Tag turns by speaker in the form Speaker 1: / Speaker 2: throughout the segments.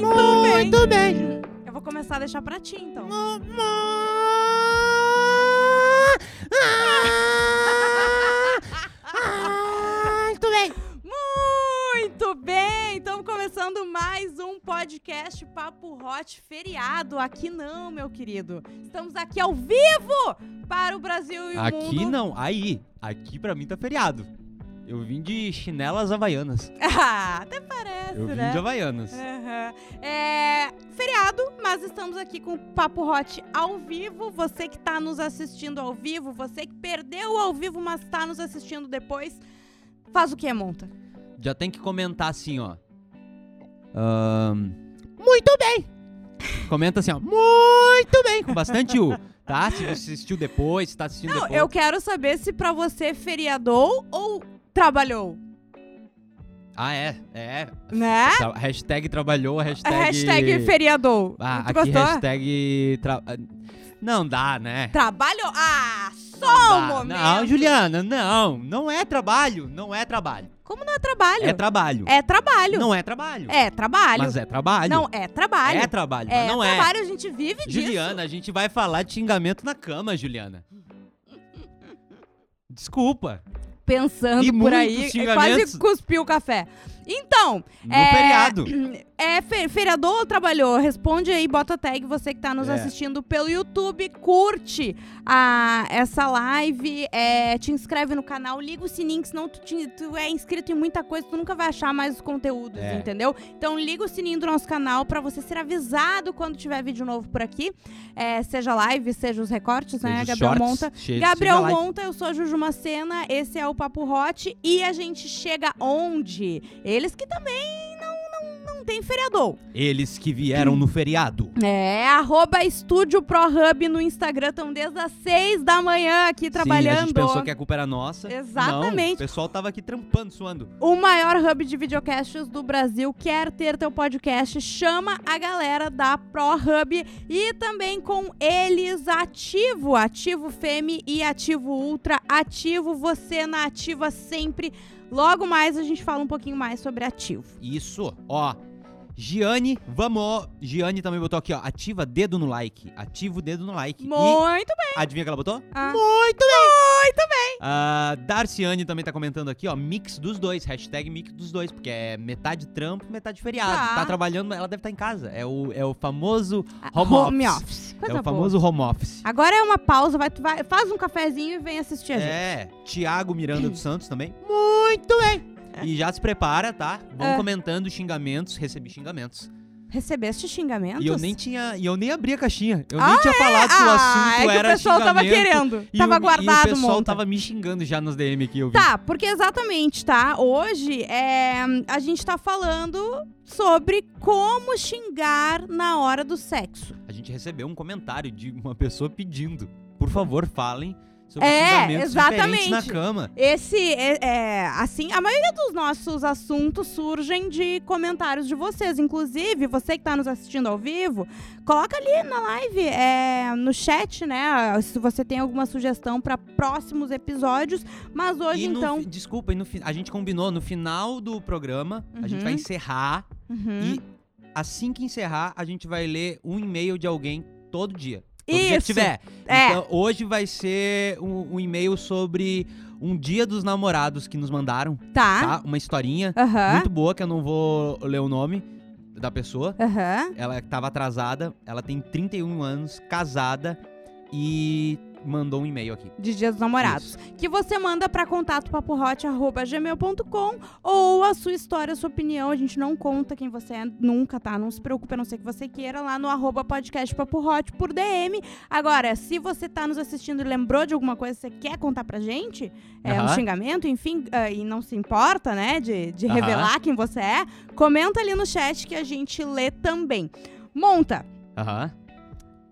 Speaker 1: bem?
Speaker 2: Muito bem.
Speaker 1: Eu vou começar a deixar pra ti, então.
Speaker 2: Mamã. Ah, ah, Muito bem.
Speaker 1: Muito bem! Estamos começando mais um podcast Papo Hot feriado. Aqui não, meu querido. Estamos aqui ao vivo para o Brasil e o mundo.
Speaker 3: Aqui não, aí. Aqui pra mim tá feriado. Eu vim de chinelas havaianas.
Speaker 1: Ah, até parece,
Speaker 3: Eu vim
Speaker 1: né?
Speaker 3: de havaianas.
Speaker 1: Aham. É feriado, mas estamos aqui com o Papo Hot ao vivo. Você que está nos assistindo ao vivo, você que perdeu ao vivo, mas está nos assistindo depois, faz o que, Monta?
Speaker 3: Já tem que comentar assim, ó. Ahn,
Speaker 2: Muito bem.
Speaker 3: comenta assim, ó. Muito bem, com bastante U. Tá? Se você assistiu depois, se tá assistindo
Speaker 1: Não,
Speaker 3: depois.
Speaker 1: eu quero saber se pra você feriadou ou trabalhou,
Speaker 3: Ah, é. É.
Speaker 1: né?
Speaker 3: Tra- hashtag trabalhou,
Speaker 1: A
Speaker 3: hashtag.
Speaker 1: hashtag feriadou.
Speaker 3: Ah,
Speaker 1: tu
Speaker 3: aqui
Speaker 1: gostou?
Speaker 3: hashtag. tra- ah, Não dá, né?
Speaker 1: Trabalhou? Ah, só um
Speaker 3: Dá.
Speaker 1: momento.
Speaker 3: Não, Juliana, não. Não é trabalho. Não é trabalho.
Speaker 1: Como não é trabalho?
Speaker 3: É trabalho.
Speaker 1: É trabalho.
Speaker 3: Não é trabalho.
Speaker 1: É trabalho.
Speaker 3: Mas é trabalho.
Speaker 1: Não, é trabalho.
Speaker 3: É trabalho,
Speaker 1: É
Speaker 3: mas não é.
Speaker 1: trabalho, a gente vive disso.
Speaker 3: Juliana, a gente vai falar de xingamento na cama, Juliana. Desculpa.
Speaker 1: pensando
Speaker 3: E
Speaker 1: por
Speaker 3: muitos
Speaker 1: aí,
Speaker 3: xingamentos.
Speaker 1: quase cuspiu o café. Então,
Speaker 3: No
Speaker 1: é,
Speaker 3: feriado.
Speaker 1: é fe- feriador ou trabalhou? Responde aí, bota tag, você que tá nos
Speaker 3: É.
Speaker 1: assistindo pelo YouTube, curte a, essa live, é, te inscreve no canal, liga o sininho, que senão tu, te- tu é inscrito em muita coisa, tu nunca vai achar mais os conteúdos,
Speaker 3: É.
Speaker 1: entendeu? Então liga o sininho do nosso canal pra você ser avisado quando tiver vídeo novo por aqui, É, seja live, seja os recortes, né,
Speaker 3: Seja os
Speaker 1: Gabriel
Speaker 3: shorts,
Speaker 1: Monta.
Speaker 3: che-
Speaker 1: Gabriel
Speaker 3: chega lá e-
Speaker 1: Monta, eu sou a Juju Macena, esse é o Papo Hot e a gente chega onde? Eles que também não, não, não tem feriador.
Speaker 3: Eles que vieram no feriado.
Speaker 1: É, arroba Estúdio Pro Hub no Instagram, estão desde as seis da manhã aqui trabalhando.
Speaker 3: Sim, a gente pensou que a culpa era nossa.
Speaker 1: Exatamente.
Speaker 3: Não, o pessoal tava aqui trampando, suando.
Speaker 1: O maior hub de videocasts do Brasil quer ter teu podcast, chama a galera da ProHub e também com eles Ativo, Ativo Femi e Ativo Ultra, Ativo você na Ativa sempre. Logo mais a gente fala um pouquinho mais sobre Ativo.
Speaker 3: Isso, ó. Giane, vamos. Giane também botou aqui, ó. Ativa dedo no like. Ativa o dedo no like.
Speaker 1: Muito bem.
Speaker 3: E adivinha o que ela botou?
Speaker 1: Ah,
Speaker 2: Muito bem.
Speaker 3: A Darciane também tá comentando aqui, ó, mix dos dois, hashtag mix dos dois, porque é metade trampo, metade feriado.
Speaker 1: Tá.
Speaker 3: Tá, trabalhando, mas ela deve estar em casa. É o, é o famoso home, office.
Speaker 1: Coisa
Speaker 3: é
Speaker 1: boa.
Speaker 3: o famoso home office.
Speaker 1: Agora é uma pausa, vai, tu vai- faz um cafezinho e vem assistir a gente.
Speaker 3: É, Tiago Miranda dos Santos também.
Speaker 2: Muito bem.
Speaker 3: E já se prepara, tá? Vão
Speaker 1: É.
Speaker 3: comentando xingamentos, recebi xingamentos.
Speaker 1: Recebeste xingamentos?
Speaker 3: E eu nem tinha, e eu nem abri a caixinha. Eu
Speaker 1: Ah,
Speaker 3: nem tinha falado que o
Speaker 1: ah,
Speaker 3: assunto
Speaker 1: é que
Speaker 3: era
Speaker 1: o pessoal tava
Speaker 3: xingamento.
Speaker 1: querendo.
Speaker 3: E
Speaker 1: tava
Speaker 3: o,
Speaker 1: guardado,
Speaker 3: E o pessoal
Speaker 1: monta.
Speaker 3: tava me xingando já nas DM aqui, eu vi.
Speaker 1: Tá, porque exatamente, tá? Hoje é, a gente tá falando sobre como xingar na hora do sexo.
Speaker 3: A gente recebeu um comentário de uma pessoa pedindo, por favor, falem sobre
Speaker 1: É,
Speaker 3: xingamentos
Speaker 1: exatamente.
Speaker 3: diferentes na cama.
Speaker 1: Esse é, é, assim, a maioria dos nossos assuntos surgem de comentários de vocês. Inclusive, você que tá nos assistindo ao vivo, coloca ali na live, é, no chat, né? Se você tem alguma sugestão pra próximos episódios. Mas hoje,
Speaker 3: e no
Speaker 1: então.
Speaker 3: fi- desculpa, e no fi- a gente combinou no final do programa, a gente vai
Speaker 1: Uhum.
Speaker 3: encerrar
Speaker 1: Uhum.
Speaker 3: e assim que encerrar, a gente vai ler um e-mail de alguém todo dia. Todo dia que
Speaker 1: Isso.
Speaker 3: tiver.
Speaker 1: É.
Speaker 3: Então, hoje vai ser um, um e-mail sobre um dia dos namorados que nos mandaram,
Speaker 1: Tá.
Speaker 3: tá? Uma historinha
Speaker 1: Aham.
Speaker 3: muito boa que eu não vou ler o nome da pessoa.
Speaker 1: Aham.
Speaker 3: Ela tava atrasada, ela tem 31 anos, casada e mandou um e-mail aqui.
Speaker 1: de Dia dos Namorados. Que você manda pra contato papohot.gmail.com ou a sua história, a sua opinião. A gente não conta quem você é nunca, tá? Não se preocupe, a não ser que você queira, lá no arroba podcast Papo Hot por DM. Agora, se você tá nos assistindo e lembrou de alguma coisa que você quer contar pra gente, é um
Speaker 3: Aham.
Speaker 1: xingamento, enfim, ah, e não se importa, né, de, de
Speaker 3: Aham.
Speaker 1: revelar quem você é, comenta ali no chat que a gente lê também. Monta!
Speaker 3: Aham.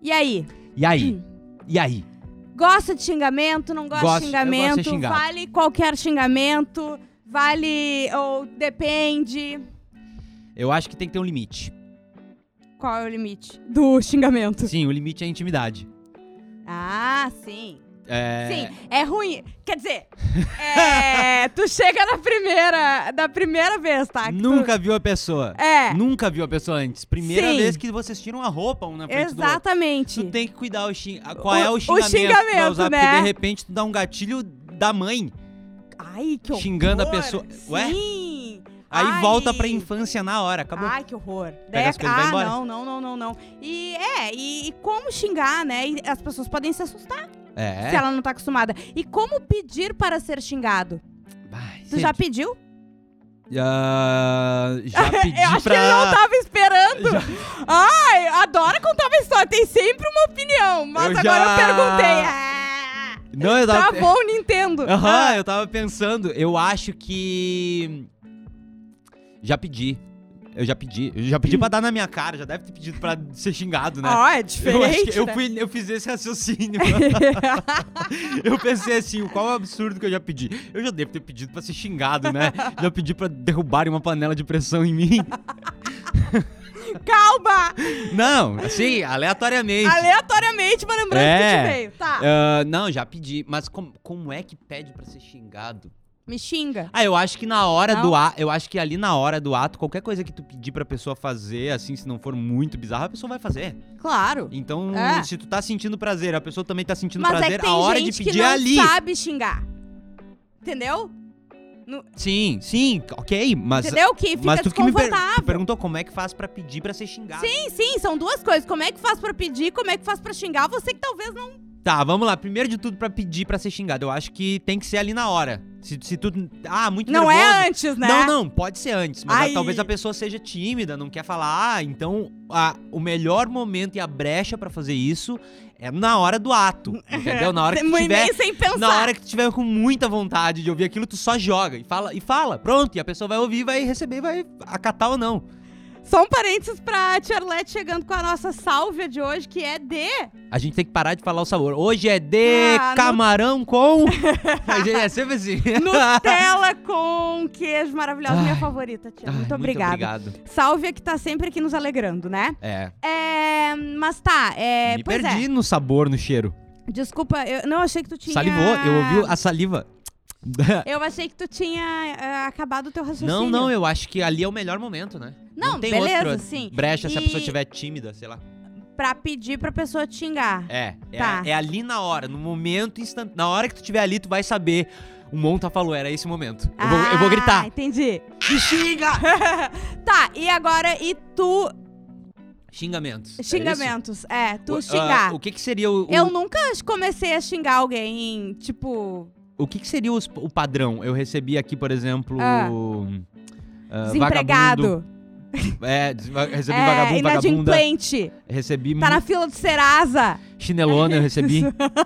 Speaker 1: E aí?
Speaker 3: E aí?
Speaker 1: Hum.
Speaker 3: E aí?
Speaker 1: Gosta de xingamento, não gosta
Speaker 3: Gosto,
Speaker 1: de
Speaker 3: eu
Speaker 1: xingamento,
Speaker 3: gosto de xingar.
Speaker 1: vale qualquer xingamento, vale ou depende.
Speaker 3: Eu acho que tem que ter um limite.
Speaker 1: Qual é o limite do xingamento?
Speaker 3: Sim, o limite é a intimidade.
Speaker 1: Ah, sim.
Speaker 3: É,
Speaker 1: Sim, é ruim. Quer dizer, é, tu chega na primeira, da primeira vez, tá? Que tu-
Speaker 3: Nunca viu a pessoa.
Speaker 1: É.
Speaker 3: Nunca viu a pessoa antes. Primeira
Speaker 1: Sim.
Speaker 3: vez que vocês tiram a roupa um na frente do outro.
Speaker 1: Exatamente.
Speaker 3: Tu tem que cuidar o xing... a- qual
Speaker 1: O-
Speaker 3: é
Speaker 1: o
Speaker 3: o xingamento, que tu vai
Speaker 1: xingamento,
Speaker 3: usar,
Speaker 1: né?
Speaker 3: porque de repente tu dá um gatilho da mãe.
Speaker 1: Ai, que horror.
Speaker 3: Xingando a pessoa. Ué?
Speaker 1: Sim.
Speaker 3: Aí
Speaker 1: Ai.
Speaker 3: volta pra infância na hora, acabou.
Speaker 1: Ai, que horror.
Speaker 3: Pega as coisas e vai
Speaker 1: ah,
Speaker 3: embora.
Speaker 1: não, não, não, não, não. E é, e, e como xingar, né? E as pessoas podem se assustar
Speaker 3: é.
Speaker 1: se ela não tá acostumada. E como pedir para ser xingado?
Speaker 3: Vai,
Speaker 1: Tu
Speaker 3: gente.
Speaker 1: já pediu?
Speaker 3: Ah, já pedi
Speaker 1: Eu acho
Speaker 3: pra...
Speaker 1: que ele não tá- tava esperando. Ai, adora contar uma história. Tem sempre uma opinião. Mas
Speaker 3: Eu
Speaker 1: agora
Speaker 3: já-
Speaker 1: eu perguntei. Ah,
Speaker 3: Não, eu tava...
Speaker 1: travou o Nintendo.
Speaker 3: Aham,
Speaker 1: Ah,
Speaker 3: eu tava pensando. Eu acho que. Já pedi. Eu já pedi. Eu já pedi pra dar na minha cara. Já deve ter pedido pra ser xingado, né?
Speaker 1: ó, é
Speaker 3: eu acho
Speaker 1: diferente.
Speaker 3: que eu,
Speaker 1: né?
Speaker 3: fui, eu fiz esse raciocínio. eu pensei assim, qual é o absurdo que eu já pedi? Eu já devo ter pedido pra ser xingado, né? Já pedi pra derrubarem uma panela de pressão em mim.
Speaker 1: Calma!
Speaker 3: Não, assim, aleatoriamente.
Speaker 1: Aleatoriamente, uma lembrança que
Speaker 3: É.
Speaker 1: te veio. Tá,
Speaker 3: Ah, não, já pedi. Mas com- como é que pede pra ser xingado?
Speaker 1: me xinga.
Speaker 3: Ah, eu acho que na hora
Speaker 1: Não?
Speaker 3: do ato, eu acho que ali na hora do ato, qualquer coisa que tu pedir pra pessoa fazer, assim, se não for muito bizarro, a pessoa vai fazer.
Speaker 1: Claro.
Speaker 3: Então,
Speaker 1: É.
Speaker 3: se tu tá sentindo prazer, a pessoa também tá sentindo
Speaker 1: Mas
Speaker 3: prazer,
Speaker 1: é que tem
Speaker 3: a hora
Speaker 1: gente
Speaker 3: de pedir
Speaker 1: que não
Speaker 3: é ali.
Speaker 1: sabe xingar. Entendeu?
Speaker 3: Sim, sim, ok, mas
Speaker 1: Entendeu? Que fica
Speaker 3: mas tu que me per-
Speaker 1: desconfortável.
Speaker 3: tu perguntou como é que faz pra pedir pra ser xingado.
Speaker 1: Sim, sim, são duas coisas. Como é que faz pra pedir, como é que faz pra xingar? Você que talvez não.
Speaker 3: Tá, vamos lá. Primeiro de tudo pra pedir pra ser xingado, eu acho que tem que ser ali na hora. Se, se tu ah, muito
Speaker 1: Não
Speaker 3: nervoso,
Speaker 1: é antes, né?
Speaker 3: Não, não, pode ser antes, mas a-
Speaker 1: Ai.
Speaker 3: talvez a pessoa seja tímida, não quer falar. Ah, então a- o melhor momento e a brecha pra fazer isso é na hora do ato, entendeu? Na hora que tu
Speaker 1: Nem-
Speaker 3: tiver,
Speaker 1: Nem sem pensar.
Speaker 3: na hora que tu tiver com muita vontade de ouvir aquilo, tu só joga e fala e fala, pronto, e a pessoa vai ouvir, vai receber, vai acatar ou não.
Speaker 1: Só um parênteses pra Tia Arlete chegando com a nossa sálvia de hoje, que é de.
Speaker 3: A gente tem que parar de falar o sabor. Hoje é de
Speaker 1: Ah, no-
Speaker 3: camarão com A gente é sempre assim.
Speaker 1: Nutella com queijo maravilhoso, minha
Speaker 3: Ai.
Speaker 1: favorita, tia. Então,
Speaker 3: Ai,
Speaker 1: muito obrigada.
Speaker 3: Muito obrigado.
Speaker 1: Sálvia que tá sempre aqui nos alegrando, né?
Speaker 3: É,
Speaker 1: É. Mas tá, é.
Speaker 3: me
Speaker 1: pois
Speaker 3: perdi no sabor, no cheiro.
Speaker 1: é. Desculpa, eu não eu achei que tu tinha.
Speaker 3: Salivou, eu ouvi a saliva.
Speaker 1: Eu achei que tu tinha eh, acabado o teu raciocínio.
Speaker 3: Não, não, eu acho que ali é o melhor momento, né?
Speaker 1: Não,
Speaker 3: tem
Speaker 1: beleza,
Speaker 3: outro
Speaker 1: sim.
Speaker 3: brecha se a
Speaker 1: E-
Speaker 3: pessoa estiver tímida, sei lá.
Speaker 1: Pra pedir pra pessoa te xingar.
Speaker 3: É, é,
Speaker 1: Tá.
Speaker 3: é ali na hora, no momento instantâneo. Na hora que tu estiver ali, tu vai saber. O Monta falou, era esse o momento. Eu vou, eu vou
Speaker 1: Ah,
Speaker 3: gritar.
Speaker 1: entendi.
Speaker 3: "Me xinga!
Speaker 1: Tá, e agora, e tu...
Speaker 3: Xingamentos. era
Speaker 1: Xingamentos. É,
Speaker 3: isso?
Speaker 1: tu
Speaker 3: O- ah,
Speaker 1: xingar.
Speaker 3: o que que seria o, o,
Speaker 1: Eu nunca comecei a xingar alguém, tipo...
Speaker 3: o que que seria os- o padrão? Eu recebi aqui, por exemplo,
Speaker 1: Ah.
Speaker 3: ah,
Speaker 1: desempregado.
Speaker 3: vagabundo. É, des- va- recebi
Speaker 1: é,
Speaker 3: vagabundo, vagabunda. Hum.
Speaker 1: inadimplente.
Speaker 3: Recebi
Speaker 1: Tá
Speaker 3: mu-
Speaker 1: na fila do Serasa.
Speaker 3: chinelona, eu recebi.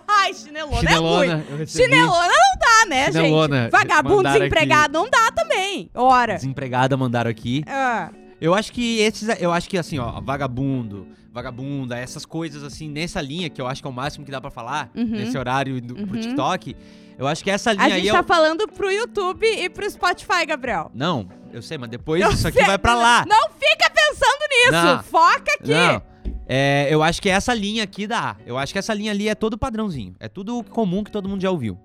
Speaker 1: Ai, chinelona, é ruim.
Speaker 3: chinelona, eu recebi.
Speaker 1: Chinelona não dá, né,
Speaker 3: Chinelona.
Speaker 1: gente? Vagabundo,
Speaker 3: Mandaram
Speaker 1: desempregado, não dá também. Ora.
Speaker 3: Desempregada mandaram aqui.
Speaker 1: Ah,
Speaker 3: Eu acho que esses. Eu acho que assim, ó, vagabundo, vagabunda, essas coisas assim, nessa linha, que eu acho que é o máximo que dá pra falar,
Speaker 1: Uhum.
Speaker 3: nesse horário do, pro
Speaker 1: Uhum.
Speaker 3: TikTok. Eu acho que essa
Speaker 1: a
Speaker 3: linha aí
Speaker 1: gente
Speaker 3: eu.
Speaker 1: tá falando pro YouTube e pro Spotify, Gabriel.
Speaker 3: Não, eu sei, mas depois
Speaker 1: Eu
Speaker 3: isso aqui
Speaker 1: sei,
Speaker 3: vai pra lá.
Speaker 1: Não é fica pensando nisso.
Speaker 3: Não.
Speaker 1: Foca aqui.
Speaker 3: É, eu acho que essa linha aqui dá. Eu acho que essa linha ali é todo padrãozinho. É tudo comum que todo mundo já ouviu.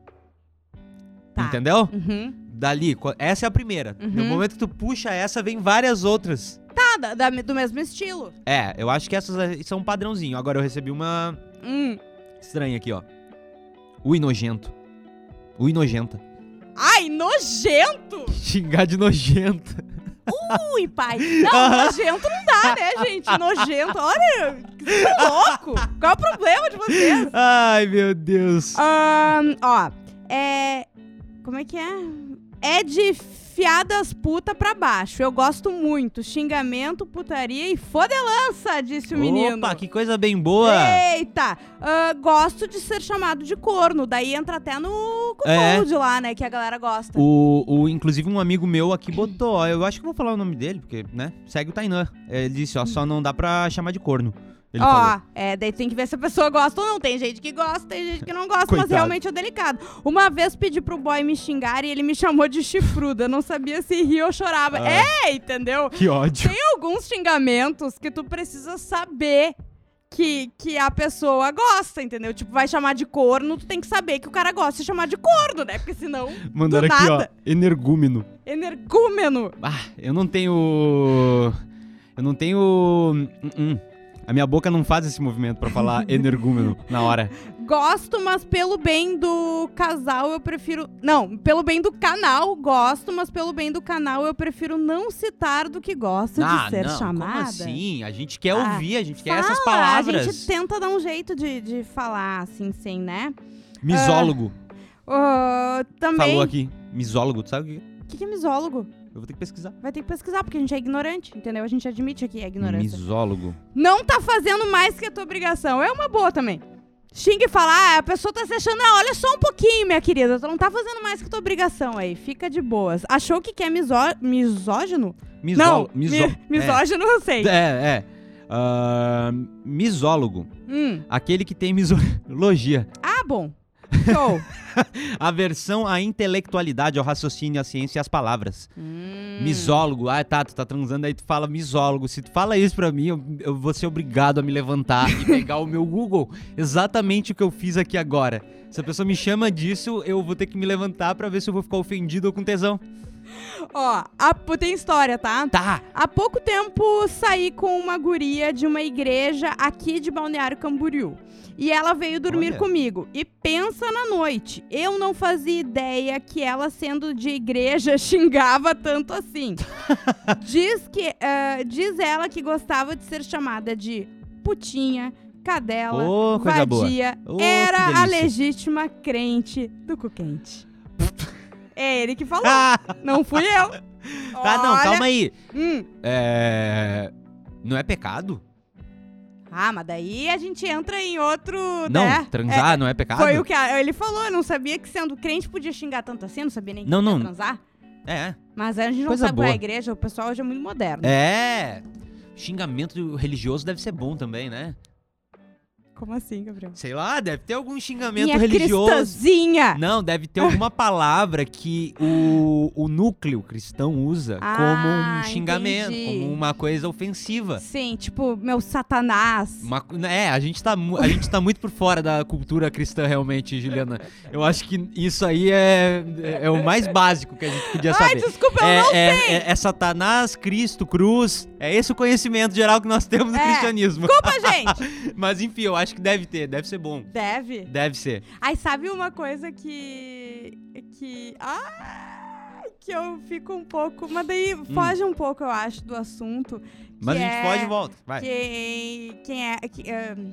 Speaker 1: Tá.
Speaker 3: Entendeu?
Speaker 1: Uhum.
Speaker 3: Dali, co- essa é a primeira. No
Speaker 1: Uhum.
Speaker 3: momento que tu puxa essa, vem várias outras.
Speaker 1: Tá, da- da- do mesmo estilo.
Speaker 3: É, eu acho que essas aí são um padrãozinho. Agora eu recebi uma
Speaker 1: Hum.
Speaker 3: estranha aqui, ó. Ui, nojento. Ui, nojenta.
Speaker 1: Ai, nojento!
Speaker 3: Xingar de nojento.
Speaker 1: Ui, pai. Não, nojento não dá, né, gente? Nojento. Olha, que louco. Qual é o problema de vocês?
Speaker 3: Ai, meu Deus.
Speaker 1: Ahn, ó, é... Como é que é? É de fiadas puta pra baixo. Eu gosto muito. Xingamento, putaria e fodelança, disse o menino.
Speaker 3: Opa, que coisa bem boa.
Speaker 1: Eita! Ah, gosto de ser chamado de corno. Daí entra até no
Speaker 3: É.
Speaker 1: de lá, né? Que a galera gosta.
Speaker 3: O, o, inclusive, um amigo meu aqui botou, ó, eu acho que eu vou falar o nome dele, porque, né, segue o Tainan. Ele disse, ó, só não dá pra chamar de corno. Ele
Speaker 1: Ó,
Speaker 3: falou.
Speaker 1: é, daí tem que ver se a pessoa gosta ou não. Tem gente que gosta, tem gente que não gosta, mas
Speaker 3: Coitado.
Speaker 1: realmente é delicado. Uma vez pedi pro boy me xingar e ele me chamou de chifruda. Não sabia se ria ou chorava.
Speaker 3: Ah.
Speaker 1: É, entendeu?
Speaker 3: Que ódio.
Speaker 1: Tem alguns xingamentos que tu precisa saber que, que a pessoa gosta, entendeu? Tipo, vai chamar de corno, tu tem que saber que o cara gosta de chamar de corno, né? Porque senão,
Speaker 3: Mandaram
Speaker 1: do
Speaker 3: aqui, ó.
Speaker 1: nada.
Speaker 3: Energúmeno.
Speaker 1: energúmeno.
Speaker 3: Ah, eu não tenho. Eu não tenho. hum, hum. A minha boca não faz esse movimento pra falar energúmeno na hora.
Speaker 1: Gosto, mas pelo bem do casal eu prefiro. Não, pelo bem do canal, gosto, mas pelo bem do canal eu prefiro não citar do que gosto de ser
Speaker 3: Ah, não,
Speaker 1: chamada.
Speaker 3: Como assim? A gente quer
Speaker 1: Ah,
Speaker 3: ouvir, a gente quer essas
Speaker 1: Fala,
Speaker 3: palavras.
Speaker 1: A gente tenta dar um jeito de, de falar, assim, sem, né?
Speaker 3: Misólogo.
Speaker 1: Ah, também.
Speaker 3: Falou
Speaker 1: O
Speaker 3: aqui. Misólogo, tu sabe o que?
Speaker 1: que, que é misólogo?
Speaker 3: Eu vou ter que pesquisar.
Speaker 1: Vai ter que pesquisar, porque a gente é ignorante, entendeu? A gente admite aqui a ignorância.
Speaker 3: Misólogo.
Speaker 1: Não tá fazendo mais que a tua obrigação. É uma boa também. Xingue e fala, ah, a pessoa tá se achando, ah, olha só um pouquinho, minha querida. Tu não tá fazendo mais que a tua obrigação aí. Fica de boas. Achou que quer misó... misógino?
Speaker 3: Misólogo.
Speaker 1: não, mi- misógino eu sei.
Speaker 3: É, é. é. Ah, misólogo.
Speaker 1: Hum.
Speaker 3: Aquele que tem misologia.
Speaker 1: Ah, bom. Show.
Speaker 3: Aversão à intelectualidade, ao raciocínio, à ciência e às palavras.
Speaker 1: Hum.
Speaker 3: Misólogo. Ah, tá, tu tá transando aí, tu fala misólogo. Se tu fala isso pra mim, eu, eu vou ser obrigado a me levantar e pegar o meu Google. Exatamente o que eu fiz aqui agora. Se a pessoa me chama disso, eu vou ter que me levantar pra ver se eu vou ficar ofendido ou com tesão.
Speaker 1: Ó, a... pô, tem história, tá?
Speaker 3: Tá.
Speaker 1: Há pouco tempo saí com uma guria de uma igreja aqui de Balneário Camboriú. E ela veio dormir
Speaker 3: Olha.
Speaker 1: comigo. E pensa na noite. Eu não fazia ideia que ela, sendo de igreja, xingava tanto assim. diz, que, eh, diz ela que gostava de ser chamada de putinha, cadela,
Speaker 3: Ô, coisa boa.
Speaker 1: vadia.
Speaker 3: Ô, que
Speaker 1: Era a
Speaker 3: delícia.
Speaker 1: legítima crente do cu quente. É ele que falou,
Speaker 3: Ah,
Speaker 1: não fui eu.
Speaker 3: tá, não,
Speaker 1: Olha,
Speaker 3: calma aí.
Speaker 1: hum.
Speaker 3: É. Não é pecado?
Speaker 1: Ah, mas daí a gente entra em outro,
Speaker 3: Não,
Speaker 1: né?
Speaker 3: transar não é
Speaker 1: É,
Speaker 3: pecado?
Speaker 1: foi o que a- ele falou, eu não sabia que sendo crente podia xingar tanto assim, não sabia nem que
Speaker 3: Não,
Speaker 1: podia
Speaker 3: não.
Speaker 1: transar.
Speaker 3: É.
Speaker 1: Mas a gente não
Speaker 3: Coisa
Speaker 1: sabe qual é a
Speaker 3: boa.
Speaker 1: igreja, o pessoal hoje é muito moderno.
Speaker 3: É. Xingamento religioso deve ser bom também, né?
Speaker 1: Como assim, Gabriel?
Speaker 3: Sei lá, deve ter algum xingamento
Speaker 1: Minha
Speaker 3: religioso.
Speaker 1: cristãzinha!
Speaker 3: Não, deve ter alguma palavra que o, o núcleo cristão usa
Speaker 1: Ah,
Speaker 3: como um xingamento,
Speaker 1: entendi.
Speaker 3: como uma coisa ofensiva.
Speaker 1: Sim, tipo, meu satanás.
Speaker 3: Uma co- é, a gente, tá, mu- a gente tá muito por fora da cultura cristã realmente, Juliana. Eu acho que isso aí é, é o mais básico que a gente podia
Speaker 1: Ai,
Speaker 3: saber.
Speaker 1: desculpa, eu
Speaker 3: é,
Speaker 1: não...
Speaker 3: é, é- é Satanás, Cristo, cruz. É esse o conhecimento geral que nós temos do
Speaker 1: É.
Speaker 3: cristianismo.
Speaker 1: Desculpa, gente!
Speaker 3: Mas enfim, eu acho que deve ter, deve ser bom.
Speaker 1: Deve.
Speaker 3: Deve ser.
Speaker 1: Aí sabe uma coisa que... Que... Ah! Que eu fico um pouco... Mas daí foge um pouco, eu acho, do assunto.
Speaker 3: Hum. Mas
Speaker 1: Que
Speaker 3: a gente
Speaker 1: é-
Speaker 3: pode e volta. Vai.
Speaker 1: Quem, quem é. que, ahn,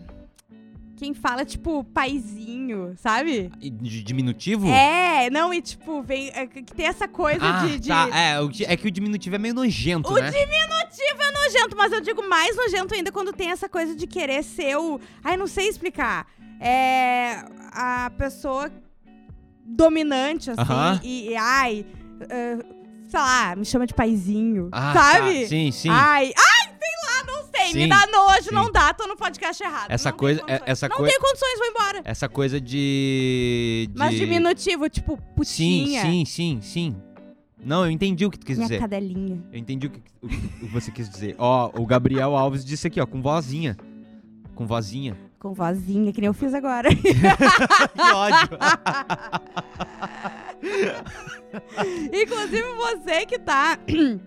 Speaker 1: quem fala, tipo, paizinho, sabe?
Speaker 3: E De diminutivo?
Speaker 1: É, não, e tipo, vem. é, que tem essa coisa
Speaker 3: Ah,
Speaker 1: de. de...
Speaker 3: tá. É, o di- é que o diminutivo é meio nojento,
Speaker 1: O
Speaker 3: né?
Speaker 1: diminutivo é nojento, mas eu digo mais nojento ainda quando tem essa coisa de querer ser o. Ai, não sei explicar. É. A pessoa dominante, assim.
Speaker 3: Aham.
Speaker 1: E, e, ai. ah, sei lá, me chama de paizinho.
Speaker 3: Ah,
Speaker 1: sabe? Ah,
Speaker 3: tá. Sim, sim.
Speaker 1: Ai, ai, sei lá, não sei. Me
Speaker 3: Sim,
Speaker 1: dá nojo,
Speaker 3: sim.
Speaker 1: não dá, tô no podcast errado.
Speaker 3: Essa
Speaker 1: não tem
Speaker 3: coisa- é-
Speaker 1: condições.
Speaker 3: essa
Speaker 1: não
Speaker 3: coi-
Speaker 1: tenho condições, vou embora.
Speaker 3: Essa coisa de. de...
Speaker 1: Mas diminutivo, tipo,
Speaker 3: Sim,
Speaker 1: putinha.
Speaker 3: sim, sim, sim. Não, eu entendi o que tu quis
Speaker 1: Minha
Speaker 3: dizer.
Speaker 1: cadelinha.
Speaker 3: Eu entendi o que, o que você quis dizer. Ó, o Gabriel Alves disse aqui, ó, com vozinha. Com vozinha.
Speaker 1: Com vozinha, que nem eu fiz agora.
Speaker 3: Que ódio.
Speaker 1: Inclusive, você que tá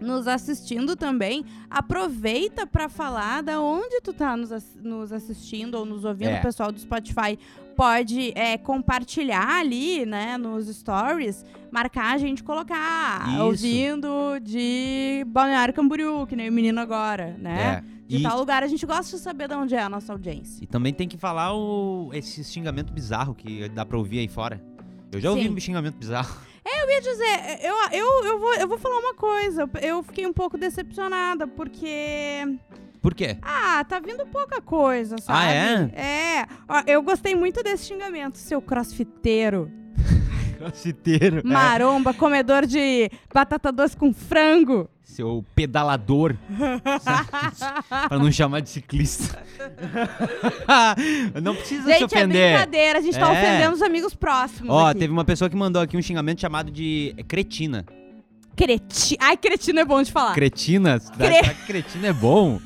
Speaker 1: nos assistindo também, aproveita pra falar da onde tu tá nos, ass- nos assistindo ou nos ouvindo.
Speaker 3: É.
Speaker 1: O pessoal do Spotify pode é, compartilhar ali, né, nos stories, marcar a gente colocar
Speaker 3: Isso.
Speaker 1: ouvindo de Balneário Camboriú, que nem o menino agora, né?
Speaker 3: É.
Speaker 1: De
Speaker 3: E,
Speaker 1: tal lugar, a gente gosta de saber de onde é a nossa audiência.
Speaker 3: e também tem que falar o, esse xingamento bizarro que dá pra ouvir aí fora. Eu já ouvi
Speaker 1: Sim.
Speaker 3: um xingamento bizarro.
Speaker 1: Eu ia dizer, eu, eu, eu, vou, eu vou falar uma coisa, eu fiquei um pouco decepcionada, porque
Speaker 3: Por quê?
Speaker 1: Ah, tá vindo pouca coisa, sabe? Ah, é? É. Ó, eu gostei muito desse xingamento, seu crossfiteiro,
Speaker 3: Citeiro.
Speaker 1: É.
Speaker 3: É.
Speaker 1: maromba, comedor de batata doce com frango.
Speaker 3: Seu pedalador. pra não chamar de ciclista. não precisa se
Speaker 1: gente, é
Speaker 3: ofender.
Speaker 1: brincadeira, a gente tá
Speaker 3: É.
Speaker 1: ofendendo os amigos próximos.
Speaker 3: Ó,
Speaker 1: aqui.
Speaker 3: teve uma pessoa que mandou aqui um xingamento chamado de cretina.
Speaker 1: Creti... Ai, cretino é bom de falar.
Speaker 3: Cretina?
Speaker 1: Cre-
Speaker 3: Cretina é bom.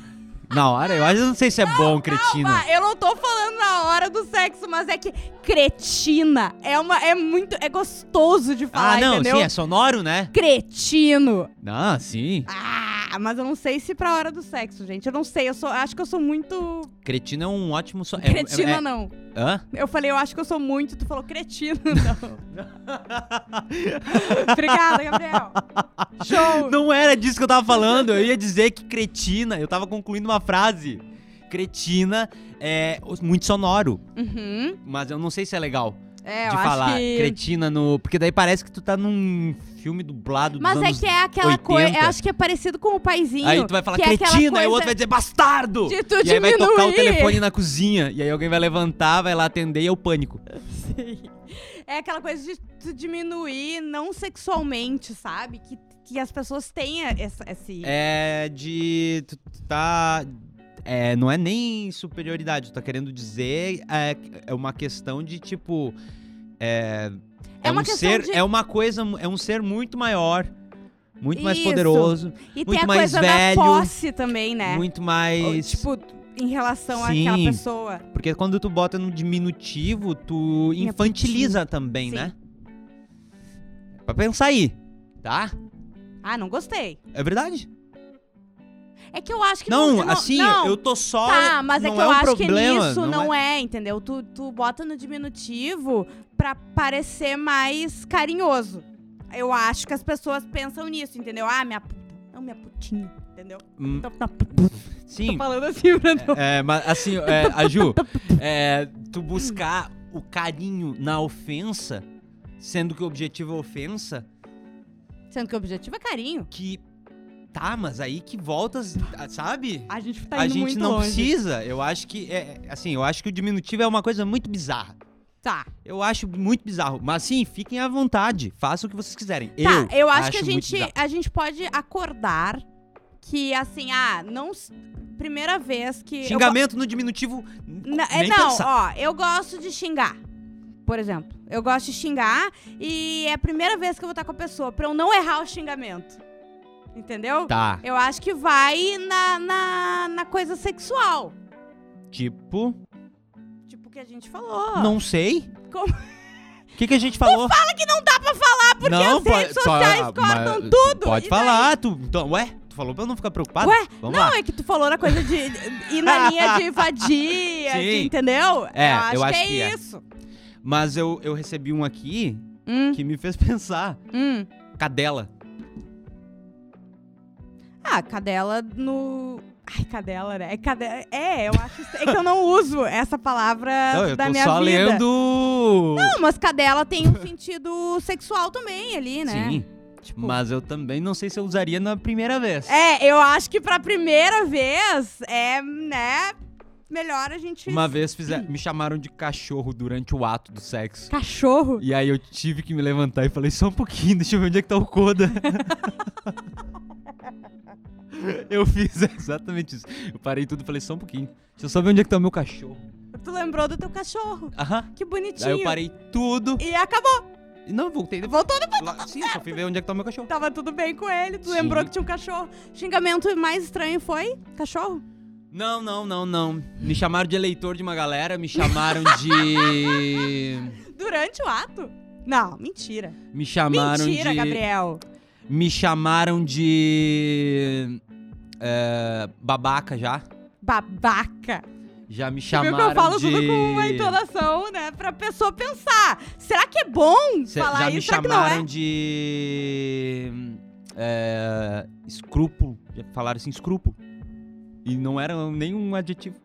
Speaker 3: Na hora, eu acho eu não sei se é bom, cretina.
Speaker 1: Ah, eu não tô falando na hora do sexo, mas é que cretina é uma é muito é gostoso de falar,
Speaker 3: ah, não,
Speaker 1: entendeu?
Speaker 3: sim, é sonoro, né?
Speaker 1: Cretino.
Speaker 3: Ah, sim.
Speaker 1: Ah, mas eu não sei se pra hora do sexo, gente. Eu não sei, eu sou, acho que eu sou muito
Speaker 3: Cretina é um ótimo som. é- é-
Speaker 1: cretina
Speaker 3: é-
Speaker 1: não.
Speaker 3: Hã?
Speaker 1: Eu falei, eu acho que eu sou muito, tu falou cretina não. Obrigada, Gabriel. Show.
Speaker 3: Não era disso que eu tava falando. Eu ia dizer que cretina, eu tava concluindo uma frase. Cretina é muito sonoro,
Speaker 1: Uhum.
Speaker 3: mas eu não sei se é legal
Speaker 1: É, eu
Speaker 3: de
Speaker 1: acho
Speaker 3: falar
Speaker 1: que
Speaker 3: cretina no, porque daí parece que tu tá num filme dublado dos
Speaker 1: Mas é
Speaker 3: anos
Speaker 1: que é aquela coisa,
Speaker 3: 80.
Speaker 1: eu acho que é parecido com o paizinho.
Speaker 3: Aí tu vai falar
Speaker 1: que é aquela
Speaker 3: cretina, e o
Speaker 1: coisa
Speaker 3: outro vai dizer bastardo!
Speaker 1: De tu
Speaker 3: E aí vai
Speaker 1: diminuir.
Speaker 3: tocar o telefone na cozinha, e aí alguém vai levantar, vai lá atender e é o pânico.
Speaker 1: Sim. É aquela coisa de tu diminuir, não sexualmente, sabe? Que, que as pessoas têm essa, esse.
Speaker 3: É de. Tu tu tá. É, não é nem superioridade, tu tá querendo dizer. É, é uma questão de tipo. É,
Speaker 1: É uma
Speaker 3: um
Speaker 1: questão
Speaker 3: ser.
Speaker 1: de-
Speaker 3: É uma coisa. É um ser muito maior, muito mais
Speaker 1: Isso.
Speaker 3: poderoso,
Speaker 1: e tem
Speaker 3: muito
Speaker 1: a
Speaker 3: mais
Speaker 1: coisa
Speaker 3: velho,
Speaker 1: da posse também, né?
Speaker 3: muito mais.
Speaker 1: Tipo, em relação
Speaker 3: Sim.
Speaker 1: àquela pessoa.
Speaker 3: Porque quando tu bota no diminutivo, tu
Speaker 1: Minha
Speaker 3: infantiliza também,
Speaker 1: Sim.
Speaker 3: né? É Pra pensar aí, tá?
Speaker 1: Ah, não gostei.
Speaker 3: É verdade?
Speaker 1: É que eu acho que
Speaker 3: Não,
Speaker 1: não,
Speaker 3: assim,
Speaker 1: não.
Speaker 3: eu tô só.
Speaker 1: Tá, mas é
Speaker 3: não
Speaker 1: que eu
Speaker 3: um
Speaker 1: acho
Speaker 3: problema,
Speaker 1: que nisso não, é... entendeu? Tu, tu bota no diminutivo pra parecer mais carinhoso. Eu acho que as pessoas pensam nisso, entendeu? Ah, minha puta. Não, minha putinha, entendeu?
Speaker 3: Hum,
Speaker 1: Tô, tô- tô
Speaker 3: Sim,
Speaker 1: falando assim pra tu.
Speaker 3: é, mas assim, é, a Ju, é, tu buscar o carinho na ofensa, sendo que o objetivo é ofensa,
Speaker 1: Sendo que o objetivo é carinho.
Speaker 3: que. Tá, mas aí que voltas, ah, sabe?
Speaker 1: A gente tá indo
Speaker 3: a gente
Speaker 1: muito
Speaker 3: não
Speaker 1: longe.
Speaker 3: precisa. Eu acho que. É, assim, eu acho que o diminutivo é uma coisa muito bizarra.
Speaker 1: Tá.
Speaker 3: Eu acho muito bizarro. Mas sim, fiquem à vontade. Façam o que vocês quiserem.
Speaker 1: tá, eu acho, que a
Speaker 3: muito
Speaker 1: gente,
Speaker 3: bizarro.
Speaker 1: a gente pode acordar que, assim, ah, não. s- Primeira vez que. eu go-
Speaker 3: Xingamento no diminutivo. n-
Speaker 1: Na- é,
Speaker 3: nem
Speaker 1: não,
Speaker 3: pensar.
Speaker 1: ó, eu gosto de xingar. Por exemplo, eu gosto de xingar e é a primeira vez que eu vou estar com a pessoa, pra eu não errar o xingamento. Entendeu?
Speaker 3: Tá.
Speaker 1: Eu acho que vai na, na, na coisa sexual.
Speaker 3: Tipo.
Speaker 1: Tipo o que a gente falou.
Speaker 3: Não sei.
Speaker 1: Como-
Speaker 3: O que, que a gente falou? fala que não dá pra falar,
Speaker 1: as redes sociais cortam tudo,
Speaker 3: Pode
Speaker 1: e daí?
Speaker 3: falar, tu. Então, ué, tu falou pra eu não ficar preocupado?
Speaker 1: Ué,
Speaker 3: Vamos
Speaker 1: não,
Speaker 3: lá.
Speaker 1: é que tu falou na coisa de ir na linha de vadia, de-
Speaker 3: Sim.
Speaker 1: entendeu?
Speaker 3: É,
Speaker 1: eu acho,
Speaker 3: eu
Speaker 1: que,
Speaker 3: acho
Speaker 1: é
Speaker 3: que é.
Speaker 1: isso.
Speaker 3: Mas eu, eu recebi um aqui
Speaker 1: Hum,
Speaker 3: que me fez pensar.
Speaker 1: hum.
Speaker 3: Cadela.
Speaker 1: Ah, cadela no. Ai, cadela, né? É, cadela... é eu acho. É que eu não uso essa palavra
Speaker 3: não, eu
Speaker 1: da
Speaker 3: tô
Speaker 1: minha
Speaker 3: só
Speaker 1: vida.
Speaker 3: lendo.
Speaker 1: Não, mas cadela tem um sentido sexual também ali, né?
Speaker 3: Sim.
Speaker 1: Tipo-
Speaker 3: Mas eu também não sei se eu usaria na primeira vez.
Speaker 1: É, eu acho que pra primeira vez é, né? Melhor a gente.
Speaker 3: Uma vez fizer- me chamaram de cachorro durante o ato do sexo.
Speaker 1: Cachorro?
Speaker 3: E aí eu tive que me levantar e falei, só um pouquinho, deixa eu ver onde é que tá o Coda. eu fiz exatamente isso. Eu parei tudo e falei, só um pouquinho. Deixa eu só ver onde é que tá o meu cachorro.
Speaker 1: Tu lembrou do teu cachorro?
Speaker 3: Aham.
Speaker 1: Que bonitinho.
Speaker 3: Aí eu parei tudo.
Speaker 1: E acabou.
Speaker 3: E Não, eu voltei depois.
Speaker 1: Voltou depois.
Speaker 3: Lá- Sim, só fui ver onde é que tá o meu cachorro.
Speaker 1: Tava tudo bem com ele. Tu
Speaker 3: Sim.
Speaker 1: lembrou que tinha um cachorro. Xingamento mais estranho foi? Cachorro?
Speaker 3: Não, não, não, não. Me chamaram de eleitor de uma galera, me chamaram de.
Speaker 1: Durante o ato? Não, mentira.
Speaker 3: Me chamaram
Speaker 1: Mentira,
Speaker 3: de.
Speaker 1: Gabriel.
Speaker 3: Me chamaram de. é, babaca já.
Speaker 1: Babaca.
Speaker 3: Já me
Speaker 1: Viu
Speaker 3: chamaram
Speaker 1: que eu falo
Speaker 3: de.
Speaker 1: tudo com uma entonação, né? Pra pessoa pensar. Será que é bom
Speaker 3: Cê-
Speaker 1: falar
Speaker 3: já
Speaker 1: isso?
Speaker 3: me
Speaker 1: Será que não
Speaker 3: chamaram
Speaker 1: é?
Speaker 3: de. é, escrúpulo. Já falaram assim, escrúpulo. E não era nenhum adjetivo.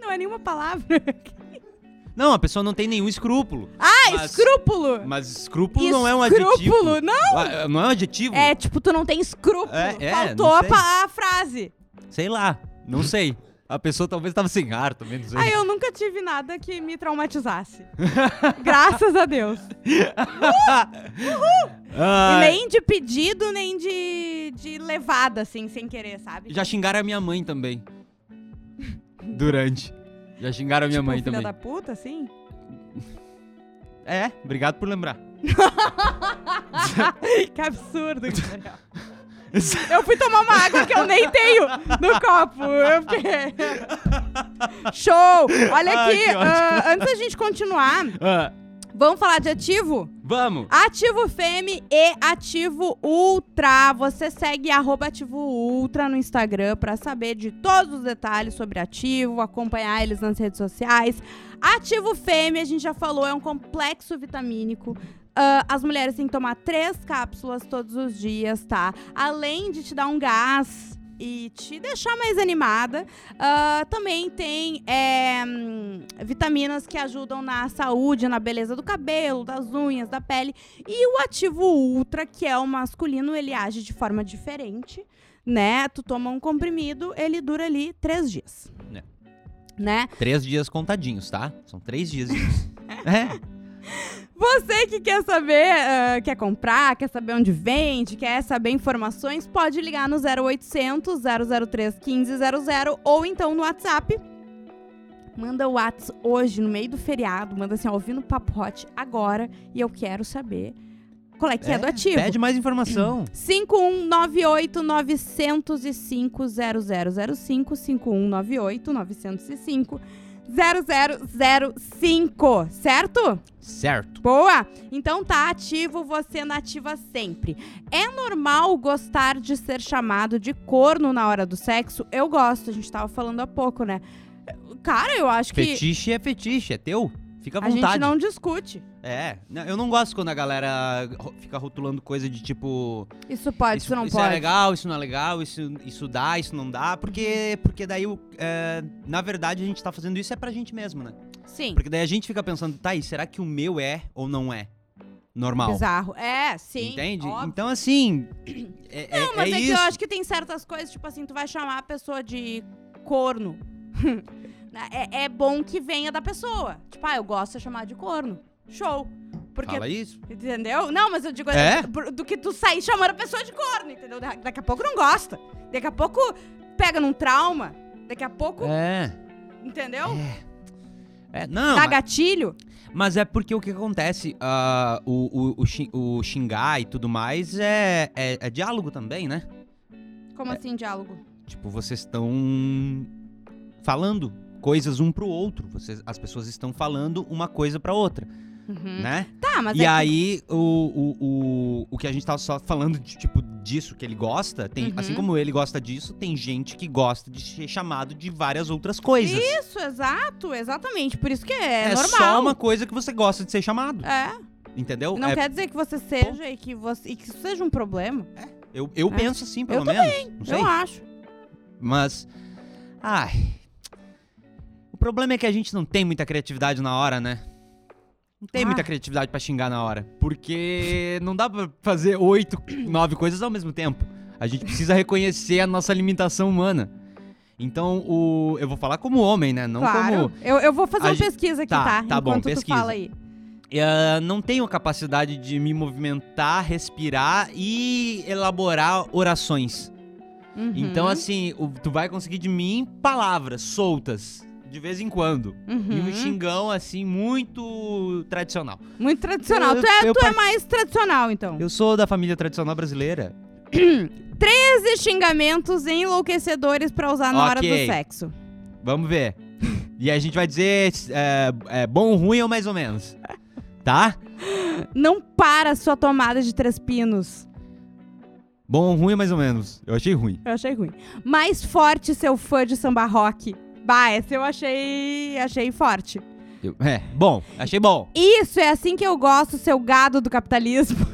Speaker 1: Não é nenhuma palavra.
Speaker 3: Não, a pessoa não tem nenhum escrúpulo.
Speaker 1: Ah,
Speaker 3: Mas-
Speaker 1: escrúpulo.
Speaker 3: Mas escrúpulo não é um adjetivo.
Speaker 1: Escrúpulo, não.
Speaker 3: Ah, Não é um adjetivo?
Speaker 1: É, tipo, tu não tem escrúpulo.
Speaker 3: É, é,
Speaker 1: Faltou
Speaker 3: não
Speaker 1: a,
Speaker 3: sei.
Speaker 1: pa- a frase.
Speaker 3: Sei lá. Não sei. A pessoa talvez tava sem ar, também não sei.
Speaker 1: Aí eu nunca tive nada que me traumatizasse. Graças a Deus.
Speaker 3: Ah,
Speaker 1: E nem de pedido, nem de, de levada, assim, sem querer, sabe?
Speaker 3: Já xingaram a minha mãe também. Durante. Já xingaram a minha
Speaker 1: Tipo,
Speaker 3: mãe
Speaker 1: filha
Speaker 3: também.
Speaker 1: da puta, assim?
Speaker 3: É, obrigado por lembrar.
Speaker 1: que absurdo, Gabriel. Eu fui tomar uma água que eu nem tenho no copo. Eu fiquei- Show! Olha
Speaker 3: Ai,
Speaker 1: aqui,
Speaker 3: que ótimo.
Speaker 1: ah, antes da gente continuar,
Speaker 3: Ah,
Speaker 1: vamos falar de ativo?
Speaker 3: vamos!
Speaker 1: Ativo Femme e Ativo Ultra. Você segue arroba Ativo Ultra no Instagram pra saber de todos os detalhes sobre Ativo, acompanhar eles nas redes sociais. Ativo Femme, a gente já falou, é um complexo vitamínico. Ah, as mulheres têm que tomar três cápsulas todos os dias, tá? Além de te dar um gás e te deixar mais animada, ah, também tem é, hum, vitaminas que ajudam na saúde, na beleza do cabelo, das unhas, da pele. E o ativo ultra, que é o masculino, ele age de forma diferente, né? Tu toma um comprimido, ele dura ali três dias.
Speaker 3: É.
Speaker 1: Né?
Speaker 3: Três dias contadinhos, tá? São três dias. é.
Speaker 1: Você que quer saber, ah, quer comprar, quer saber onde vende, quer saber informações, pode ligar no 0800 003 1500 ou então no WhatsApp. Manda o WhatsApp hoje, no meio do feriado, manda assim, ó, ouvindo o Papo Hot agora e eu quero saber qual é que é, do ativo.
Speaker 3: Pede mais informação.
Speaker 1: 5198 905 0005 5198 905 0005, certo?
Speaker 3: certo.
Speaker 1: Boa! Então tá ativo, você nativa sempre. É normal gostar de ser chamado de corno na hora do sexo? Eu gosto, a gente tava falando há pouco, né? Cara, eu acho que
Speaker 3: Fetiche é fetiche, é teu. Fica à
Speaker 1: a gente
Speaker 3: vontade.
Speaker 1: não discute.
Speaker 3: É. Não, eu não gosto quando a galera ro- fica rotulando coisa de tipo.
Speaker 1: Isso pode, Ah, isso,
Speaker 3: isso,
Speaker 1: não
Speaker 3: isso
Speaker 1: pode.
Speaker 3: é legal, isso não é legal, isso, isso dá, isso não dá. Porque, porque daí, o- é, na verdade, a gente tá fazendo isso é pra gente mesmo, né?
Speaker 1: Sim.
Speaker 3: Porque daí a gente fica pensando, tá, e será que o meu é ou não é? Normal.
Speaker 1: Bizarro. É, sim.
Speaker 3: Entende?
Speaker 1: óbvio.
Speaker 3: Então, assim. É, é-
Speaker 1: Não, mas
Speaker 3: é
Speaker 1: é, que
Speaker 3: isso.
Speaker 1: eu acho que tem certas coisas, tipo assim, tu vai chamar a pessoa de corno. é, é bom que venha da pessoa. Tipo, ah, eu gosto de chamar de corno. Show. é Porque
Speaker 3: Fala isso.
Speaker 1: Entendeu? Não, mas eu digo
Speaker 3: É?
Speaker 1: assim, por- do que tu sair chamando a pessoa de corno, entendeu? Da- Daqui a pouco não gosta. Daqui a pouco pega num trauma. Daqui a pouco,
Speaker 3: É.
Speaker 1: entendeu?
Speaker 3: É, não.
Speaker 1: Dá
Speaker 3: mas-
Speaker 1: gatilho.
Speaker 3: Mas é porque o que acontece, ah, o, o, o, xi- o xingar e tudo mais é, é, é diálogo também, né?
Speaker 1: Como
Speaker 3: É.
Speaker 1: assim, diálogo?
Speaker 3: Tipo, vocês estão falando coisas um pro outro. Vocês, as pessoas estão falando uma coisa pra outra,
Speaker 1: Uhum.
Speaker 3: né?
Speaker 1: Tá, mas
Speaker 3: e
Speaker 1: é
Speaker 3: aí, o, o, o, o que a gente tava só falando, de, tipo, disso que ele gosta, tem,
Speaker 1: Uhum.
Speaker 3: assim como ele gosta disso, tem gente que gosta de ser chamado de várias outras coisas.
Speaker 1: isso, exato, exatamente. Por isso que é,
Speaker 3: é
Speaker 1: normal.
Speaker 3: só uma coisa que você gosta de ser chamado,
Speaker 1: É,
Speaker 3: entendeu?
Speaker 1: não
Speaker 3: É,
Speaker 1: quer dizer que você seja e que, você, e que isso seja um problema.
Speaker 3: eu eu
Speaker 1: É.
Speaker 3: penso assim, pelo
Speaker 1: Eu
Speaker 3: menos. Não sei.
Speaker 1: Eu acho.
Speaker 3: Mas. Ai. O problema é que a gente não tem muita criatividade na hora, né? Não tem
Speaker 1: Ah.
Speaker 3: muita criatividade pra xingar na hora. Porque não dá pra fazer oito, nove coisas ao mesmo tempo. A gente precisa reconhecer a nossa limitação humana. Então, o. Eu vou falar como homem, né? Não
Speaker 1: claro.
Speaker 3: como.
Speaker 1: Eu, eu vou fazer
Speaker 3: A
Speaker 1: uma
Speaker 3: gen-
Speaker 1: pesquisa aqui,
Speaker 3: Tá,
Speaker 1: tá?
Speaker 3: tá bom,
Speaker 1: Enquanto tu
Speaker 3: pesquisa.
Speaker 1: fala aí.
Speaker 3: Eh, não tenho a capacidade de me movimentar, respirar e elaborar orações.
Speaker 1: Uhum,
Speaker 3: Então, assim, o- tu vai conseguir de mim palavras soltas, de vez em quando. E um
Speaker 1: uhum.
Speaker 3: xingão, assim, muito tradicional.
Speaker 1: Muito tradicional.
Speaker 3: Eu-
Speaker 1: tu é,
Speaker 3: eu
Speaker 1: tu é
Speaker 3: par-
Speaker 1: mais tradicional, então.
Speaker 3: Eu sou da família tradicional brasileira.
Speaker 1: 13 xingamentos enlouquecedores pra usar na hora
Speaker 3: Ok.
Speaker 1: do sexo.
Speaker 3: Vamos ver. E a gente vai dizer é, é bom, ruim ou mais ou menos. Tá?
Speaker 1: Não para sua tomada de três pinos.
Speaker 3: Bom, ruim ou mais ou menos. Eu achei ruim.
Speaker 1: Eu achei ruim. Mais forte seu fã de samba rock. Bah, essa eu achei. achei forte.
Speaker 3: Eu- é, bom. Achei bom.
Speaker 1: Isso é assim que eu gosto, seu gado do capitalismo.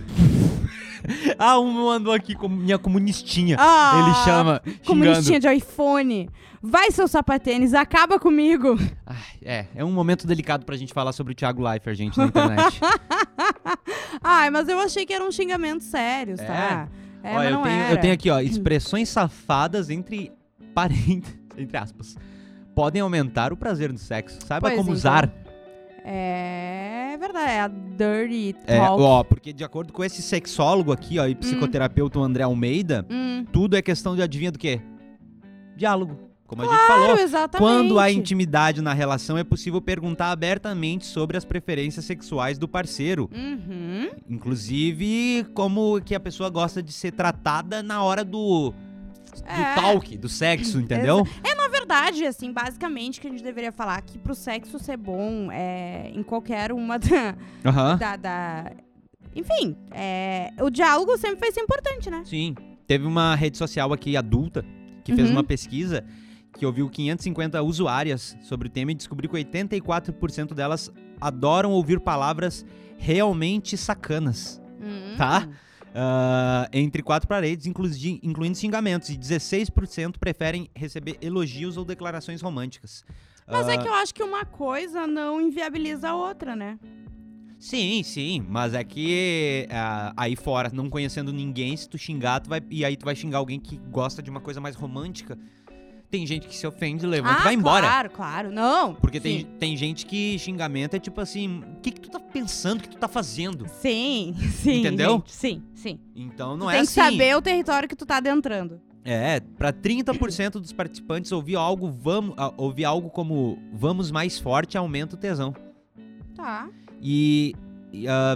Speaker 3: Ah, um andou aqui com minha comunistinha.
Speaker 1: Ah,
Speaker 3: Ele chama, xingando.
Speaker 1: Comunistinha de iPhone. Vai, seu sapatênis, acaba comigo.
Speaker 3: Ai, é, é um momento delicado pra gente falar sobre o Thiago Leifert, gente, na internet.
Speaker 1: Ai, mas eu achei que um eram xingamentos sérios,
Speaker 3: É?
Speaker 1: tá? É,
Speaker 3: Ó,
Speaker 1: mas
Speaker 3: eu,
Speaker 1: não
Speaker 3: tenho,
Speaker 1: era.
Speaker 3: eu tenho aqui, ó, expressões safadas entre parentes, entre aspas, podem aumentar o prazer do sexo. Saiba
Speaker 1: Pois
Speaker 3: como
Speaker 1: então.
Speaker 3: usar.
Speaker 1: É verdade, é a Dirty Talk.
Speaker 3: É, ó, porque de acordo com esse sexólogo aqui, ó, e psicoterapeuta André Almeida,
Speaker 1: Hum.
Speaker 3: tudo é questão de adivinha do quê? Diálogo. Como a gente falou,
Speaker 1: Claro, exatamente.
Speaker 3: quando há intimidade na relação, é possível perguntar abertamente sobre as preferências sexuais do parceiro.
Speaker 1: Uhum.
Speaker 3: Inclusive, como que a pessoa gosta de ser tratada na hora do, do
Speaker 1: É.
Speaker 3: talk, do sexo, entendeu?
Speaker 1: Na verdade, assim, basicamente, que a gente deveria falar é que pro sexo ser bom é, em qualquer uma da,
Speaker 3: Aham.
Speaker 1: da, da- Enfim, é, o diálogo sempre vai ser importante, né?
Speaker 3: Sim. Teve uma rede social aqui adulta que fez
Speaker 1: Uhum.
Speaker 3: uma pesquisa que ouviu 550 usuárias sobre o tema e descobriu que 84% delas adoram ouvir palavras realmente sacanas.
Speaker 1: Hum.
Speaker 3: Tá. ah, entre quatro paredes, inclusi- incluindo xingamentos, e 16% preferem receber elogios ou declarações românticas.
Speaker 1: Mas é
Speaker 3: Ah,
Speaker 1: que eu acho que uma coisa não inviabiliza a outra, né?
Speaker 3: Sim, sim, mas é que ah, aí fora, não conhecendo ninguém, se tu xingar, tu vai, e aí tu vai xingar alguém que gosta de uma coisa mais romântica. Tem gente que se ofende, levanta e
Speaker 1: ah,
Speaker 3: vai embora.
Speaker 1: claro, claro. Não.
Speaker 3: Porque tem,
Speaker 1: sim.
Speaker 3: tem gente que xingamento é tipo assim, o que, que tu tá pensando, o que tu tá fazendo?
Speaker 1: Sim, sim.
Speaker 3: Entendeu?
Speaker 1: gente, sim, sim.
Speaker 3: Então não
Speaker 1: tu
Speaker 3: é
Speaker 1: tem
Speaker 3: assim.
Speaker 1: que saber o território que tu tá adentrando.
Speaker 3: É, pra 30% dos participantes ouvir algo, vamos, ah, ouvir algo como vamos mais forte aumenta o tesão.
Speaker 1: Tá.
Speaker 3: E e, ah,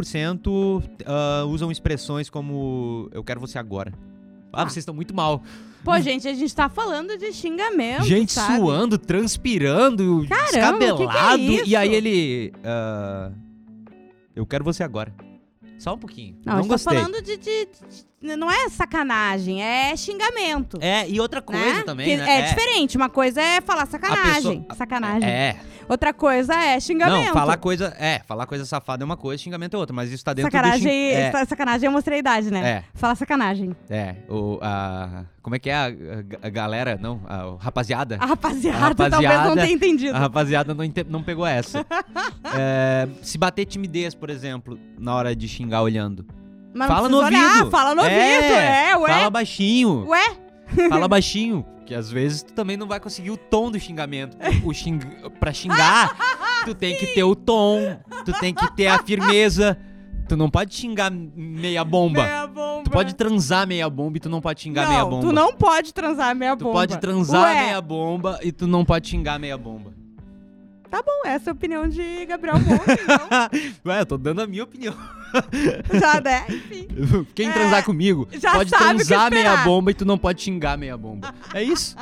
Speaker 3: 27% ah, usam expressões como eu quero você agora. Ah,
Speaker 1: Ah.
Speaker 3: vocês estão muito mal.
Speaker 1: Pô, gente, a gente tá falando de xingamento.
Speaker 3: Gente
Speaker 1: É sabe?
Speaker 3: suando, transpirando,
Speaker 1: Caramba,
Speaker 3: descabelado.
Speaker 1: o que que é
Speaker 3: E aí
Speaker 1: isso?
Speaker 3: ele. ah, eu quero você agora. Só um pouquinho.
Speaker 1: Não,
Speaker 3: Não,
Speaker 1: a gente
Speaker 3: gostei.
Speaker 1: tá falando de, de- de- Não é sacanagem, é xingamento.
Speaker 3: É, e outra coisa
Speaker 1: né?
Speaker 3: também,
Speaker 1: Que
Speaker 3: né?
Speaker 1: É, diferente. Uma coisa é falar sacanagem.
Speaker 3: pessoa-
Speaker 1: Sacanagem.
Speaker 3: É.
Speaker 1: Outra coisa é xingamento.
Speaker 3: Não, falar coisa. É, falar coisa safada é uma coisa, xingamento é outra. Mas isso tá dentro do.
Speaker 1: sacanagem,
Speaker 3: xing- É,
Speaker 1: sa- sacanagem eu mostrei a idade, né?
Speaker 3: é,
Speaker 1: Falar sacanagem.
Speaker 3: é. O, a, como é que é a, a- a galera? Não, a, o rapaziada.
Speaker 1: A rapaziada,
Speaker 3: A É. rapaziada-
Speaker 1: talvez não tenha entendido.
Speaker 3: A rapaziada não, inte- não pegou essa. É, se bater timidez, por exemplo, na hora de xingar olhando.
Speaker 1: Mas não
Speaker 3: fala no
Speaker 1: precisa olhar,
Speaker 3: ouvido.
Speaker 1: fala no ouvido. É, ué.
Speaker 3: Fala baixinho.
Speaker 1: Ué?
Speaker 3: Fala baixinho. Que às vezes tu também não vai conseguir o tom do xingamento. O xing... Pra xingar, tu tem que ter o tom, tu tem que ter a firmeza. Tu não pode xingar meia bomba.
Speaker 1: Meia bomba.
Speaker 3: Tu pode transar meia bomba e tu não pode xingar
Speaker 1: não,
Speaker 3: meia bomba.
Speaker 1: tu não pode transar meia
Speaker 3: Tu
Speaker 1: bomba.
Speaker 3: pode transar
Speaker 1: Ué,
Speaker 3: meia bomba e tu não pode xingar meia bomba.
Speaker 1: Tá bom, essa é a opinião de Gabriel Monte, então.
Speaker 3: Ué, eu tô dando a minha opinião.
Speaker 1: Já, né? Enfim.
Speaker 3: Quem
Speaker 1: É,
Speaker 3: transar comigo
Speaker 1: já
Speaker 3: pode
Speaker 1: sabe o que esperar.
Speaker 3: transar meia bomba e tu não pode xingar meia bomba. É isso?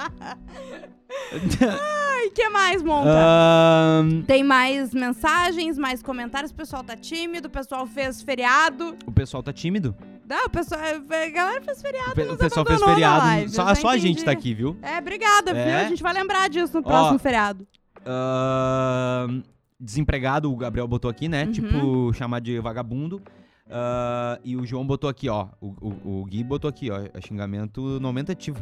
Speaker 1: E que mais, Monta?
Speaker 3: Ah. Ahn,
Speaker 1: Tem mais mensagens, mais comentários. O pessoal tá tímido, o pessoal fez feriado.
Speaker 3: o pessoal tá tímido.
Speaker 1: Não, o pessoal. A galera fez feriado.
Speaker 3: O, pe-
Speaker 1: nos
Speaker 3: o pessoal fez
Speaker 1: abandonou na
Speaker 3: feriado.
Speaker 1: live,
Speaker 3: só
Speaker 1: eu já
Speaker 3: só a gente
Speaker 1: entendi.
Speaker 3: tá aqui, viu?
Speaker 1: É, obrigada, viu?
Speaker 3: É.
Speaker 1: A gente vai lembrar disso no próximo
Speaker 3: Ó.
Speaker 1: feriado.
Speaker 3: Ahn, desempregado, o Gabriel botou aqui, né?
Speaker 1: Uhum.
Speaker 3: Tipo, chamar de vagabundo. Ahn, e o João botou aqui, ó. O, o- o Gui botou aqui, ó. é Xingamento nomentativo.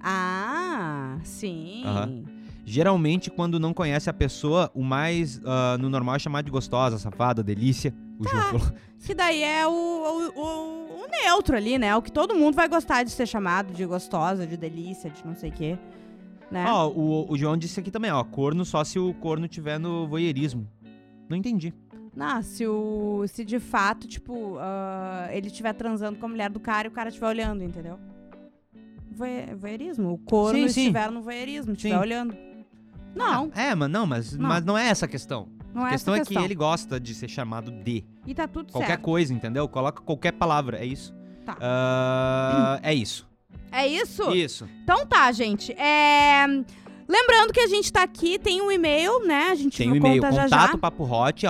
Speaker 1: Ah, sim.
Speaker 3: Aham. Geralmente, quando não conhece a pessoa, o mais ah, no normal é chamar de gostosa, safada, delícia. O
Speaker 1: Tá.
Speaker 3: João falou.
Speaker 1: Que daí é o, o, o- o neutro ali, né? O que todo mundo vai gostar de ser chamado de gostosa, de delícia, de não sei o quê. Né?
Speaker 3: Ó, o, o João disse aqui também, ó, corno só se o corno tiver no voyeurismo. Não entendi.
Speaker 1: Não, se, o, se de fato, tipo, ah, ele estiver transando com a mulher do cara e o cara estiver olhando, entendeu? Voe- Voyeurismo. O corno
Speaker 3: Sim, sim.
Speaker 1: estiver no voyeurismo, estiver
Speaker 3: Sim.
Speaker 1: olhando. Não,
Speaker 3: É, mas não, mas
Speaker 1: Não.
Speaker 3: não, mas não é essa a questão.
Speaker 1: não
Speaker 3: a
Speaker 1: é
Speaker 3: questão
Speaker 1: essa
Speaker 3: é
Speaker 1: questão.
Speaker 3: que ele gosta de ser chamado de
Speaker 1: E tá tudo
Speaker 3: qualquer
Speaker 1: certo.
Speaker 3: coisa, entendeu? Coloca qualquer palavra, é isso.
Speaker 1: Tá.
Speaker 3: Ah, é isso.
Speaker 1: É isso?
Speaker 3: Isso.
Speaker 1: Então tá, gente. É, Lembrando que a gente tá aqui, tem um e-mail, né? A gente
Speaker 3: Tem o e-mail
Speaker 1: conta já já.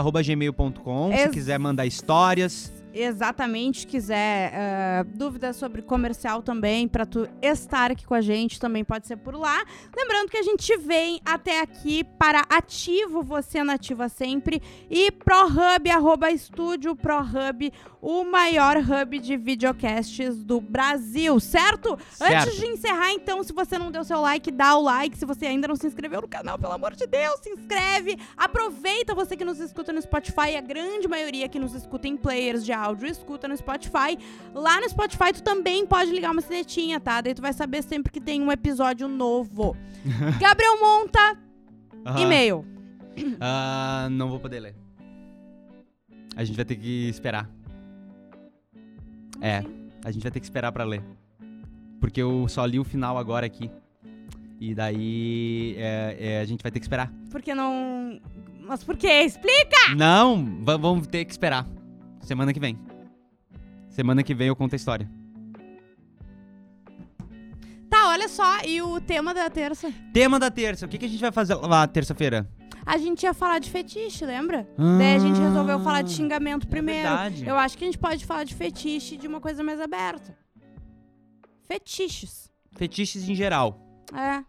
Speaker 3: contatopaporote@gmail.com, se
Speaker 1: Ex-
Speaker 3: quiser mandar histórias.
Speaker 1: exatamente quiser eh, dúvidas sobre comercial também, pra tu estar aqui com a gente, também pode ser por lá. Lembrando que a gente vem até aqui para Ativo, você na Ativa sempre, e ProHub, arroba estúdio ProHub, o maior hub de videocasts do Brasil, certo? Antes
Speaker 3: Certo.
Speaker 1: de encerrar, então, se você não deu seu like, dá o like. Se você ainda não se inscreveu no canal, pelo amor de Deus, se inscreve. Aproveita você que nos escuta no Spotify. A grande maioria que nos escuta em players de áudio escuta no Spotify. Lá no Spotify, tu também pode ligar uma sinetinha, tá? Daí tu vai saber sempre que tem um episódio novo. Gabriel Monta,
Speaker 3: Aham.
Speaker 1: e-mail.
Speaker 3: Ah, não vou poder ler. A gente vai ter que esperar. É. A gente vai ter que esperar pra ler. Porque eu só li o final agora aqui. E daí é, é, a gente vai ter que esperar.
Speaker 1: Porque não. Mas por quê? Explica!
Speaker 3: Não, va- vamos ter que esperar. Semana que vem. Semana que vem eu conto a história.
Speaker 1: Tá, olha só, e o tema da terça?
Speaker 3: Tema da terça. O que, que a gente vai fazer lá terça-feira?
Speaker 1: A gente ia falar de fetiche, lembra? Daí a
Speaker 3: Ah.
Speaker 1: gente resolveu falar de xingamento primeiro.
Speaker 3: É verdade.
Speaker 1: Eu acho que a gente pode falar de fetiche de uma coisa mais aberta. Fetiches.
Speaker 3: Fetiches em geral.
Speaker 1: É.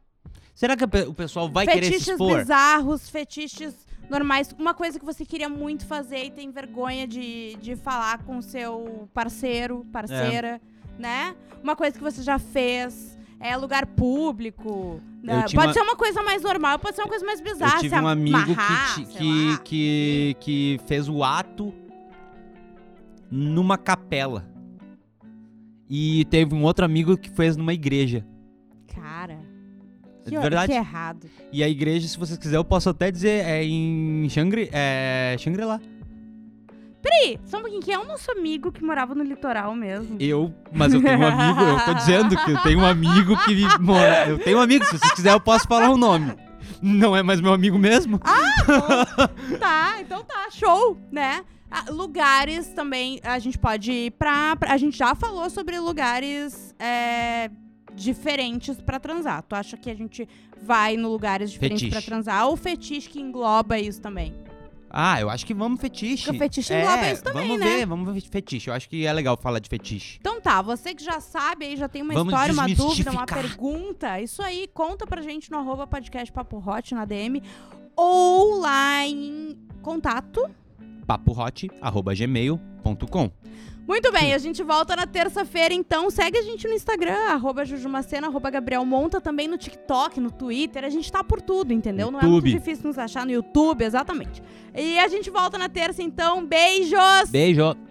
Speaker 3: Será que a pe- o pessoal vai querer se
Speaker 1: fetiches
Speaker 3: expor?
Speaker 1: bizarros, fetiches normais. Uma coisa que você queria muito fazer e tem vergonha de, de falar com o seu parceiro, parceira,
Speaker 3: É.
Speaker 1: né? Uma coisa que você já fez. É lugar público. né?
Speaker 3: tinha
Speaker 1: Pode
Speaker 3: uma-
Speaker 1: ser uma coisa mais normal, pode ser uma coisa mais bizarra.
Speaker 3: Eu tive
Speaker 1: se
Speaker 3: um amigo
Speaker 1: amarrar,
Speaker 3: que, ti-
Speaker 1: sei
Speaker 3: que,
Speaker 1: lá.
Speaker 3: que, que fez o ato numa capela. E teve um outro amigo que fez numa igreja.
Speaker 1: Cara.
Speaker 3: É
Speaker 1: Que, ó-
Speaker 3: verdade.
Speaker 1: que errado.
Speaker 3: E a igreja, se vocês quiserem, eu posso até dizer, é em Xangri, é, Shangri-La.
Speaker 1: Peraí, só um pouquinho. Quem é o nosso amigo que morava no litoral mesmo?
Speaker 3: Eu, mas eu tenho um amigo, eu tô dizendo que eu tenho um amigo que vi- mora. Eu tenho um amigo, se vocês quiserem, eu posso falar o nome. Não é mais meu amigo mesmo?
Speaker 1: tá, então tá, show, né? Ah, lugares também, a gente pode ir pra, pra- A gente já falou sobre lugares é, diferentes pra transar. Tu acha que a gente vai no lugares diferentes
Speaker 3: Fetiche.
Speaker 1: pra transar? Ou fetiche que engloba isso também?
Speaker 3: Ah, eu acho que vamos fetiche.
Speaker 1: Porque o fetiche
Speaker 3: É,
Speaker 1: engloba isso também,
Speaker 3: vamos
Speaker 1: né?
Speaker 3: ver, vamos ver fetiche. Eu acho que é legal falar de fetiche.
Speaker 1: Então tá, você que já sabe aí, já tem uma
Speaker 3: Vamos
Speaker 1: história, uma dúvida, uma
Speaker 3: desmistificar.
Speaker 1: pergunta, isso aí, conta pra gente no arroba podcast Papo Hot na DM ou lá em contato.
Speaker 3: papohot.gmail.com.
Speaker 1: Muito bem, a gente volta na terça-feira, então segue a gente no Instagram, arroba Jujumacena, arroba Gabriel Monta, também no TikTok, no Twitter, a gente tá por tudo, entendeu? Não é muito
Speaker 3: YouTube.
Speaker 1: difícil nos achar no YouTube, exatamente. E a gente volta na terça, então, beijos!
Speaker 3: Beijo!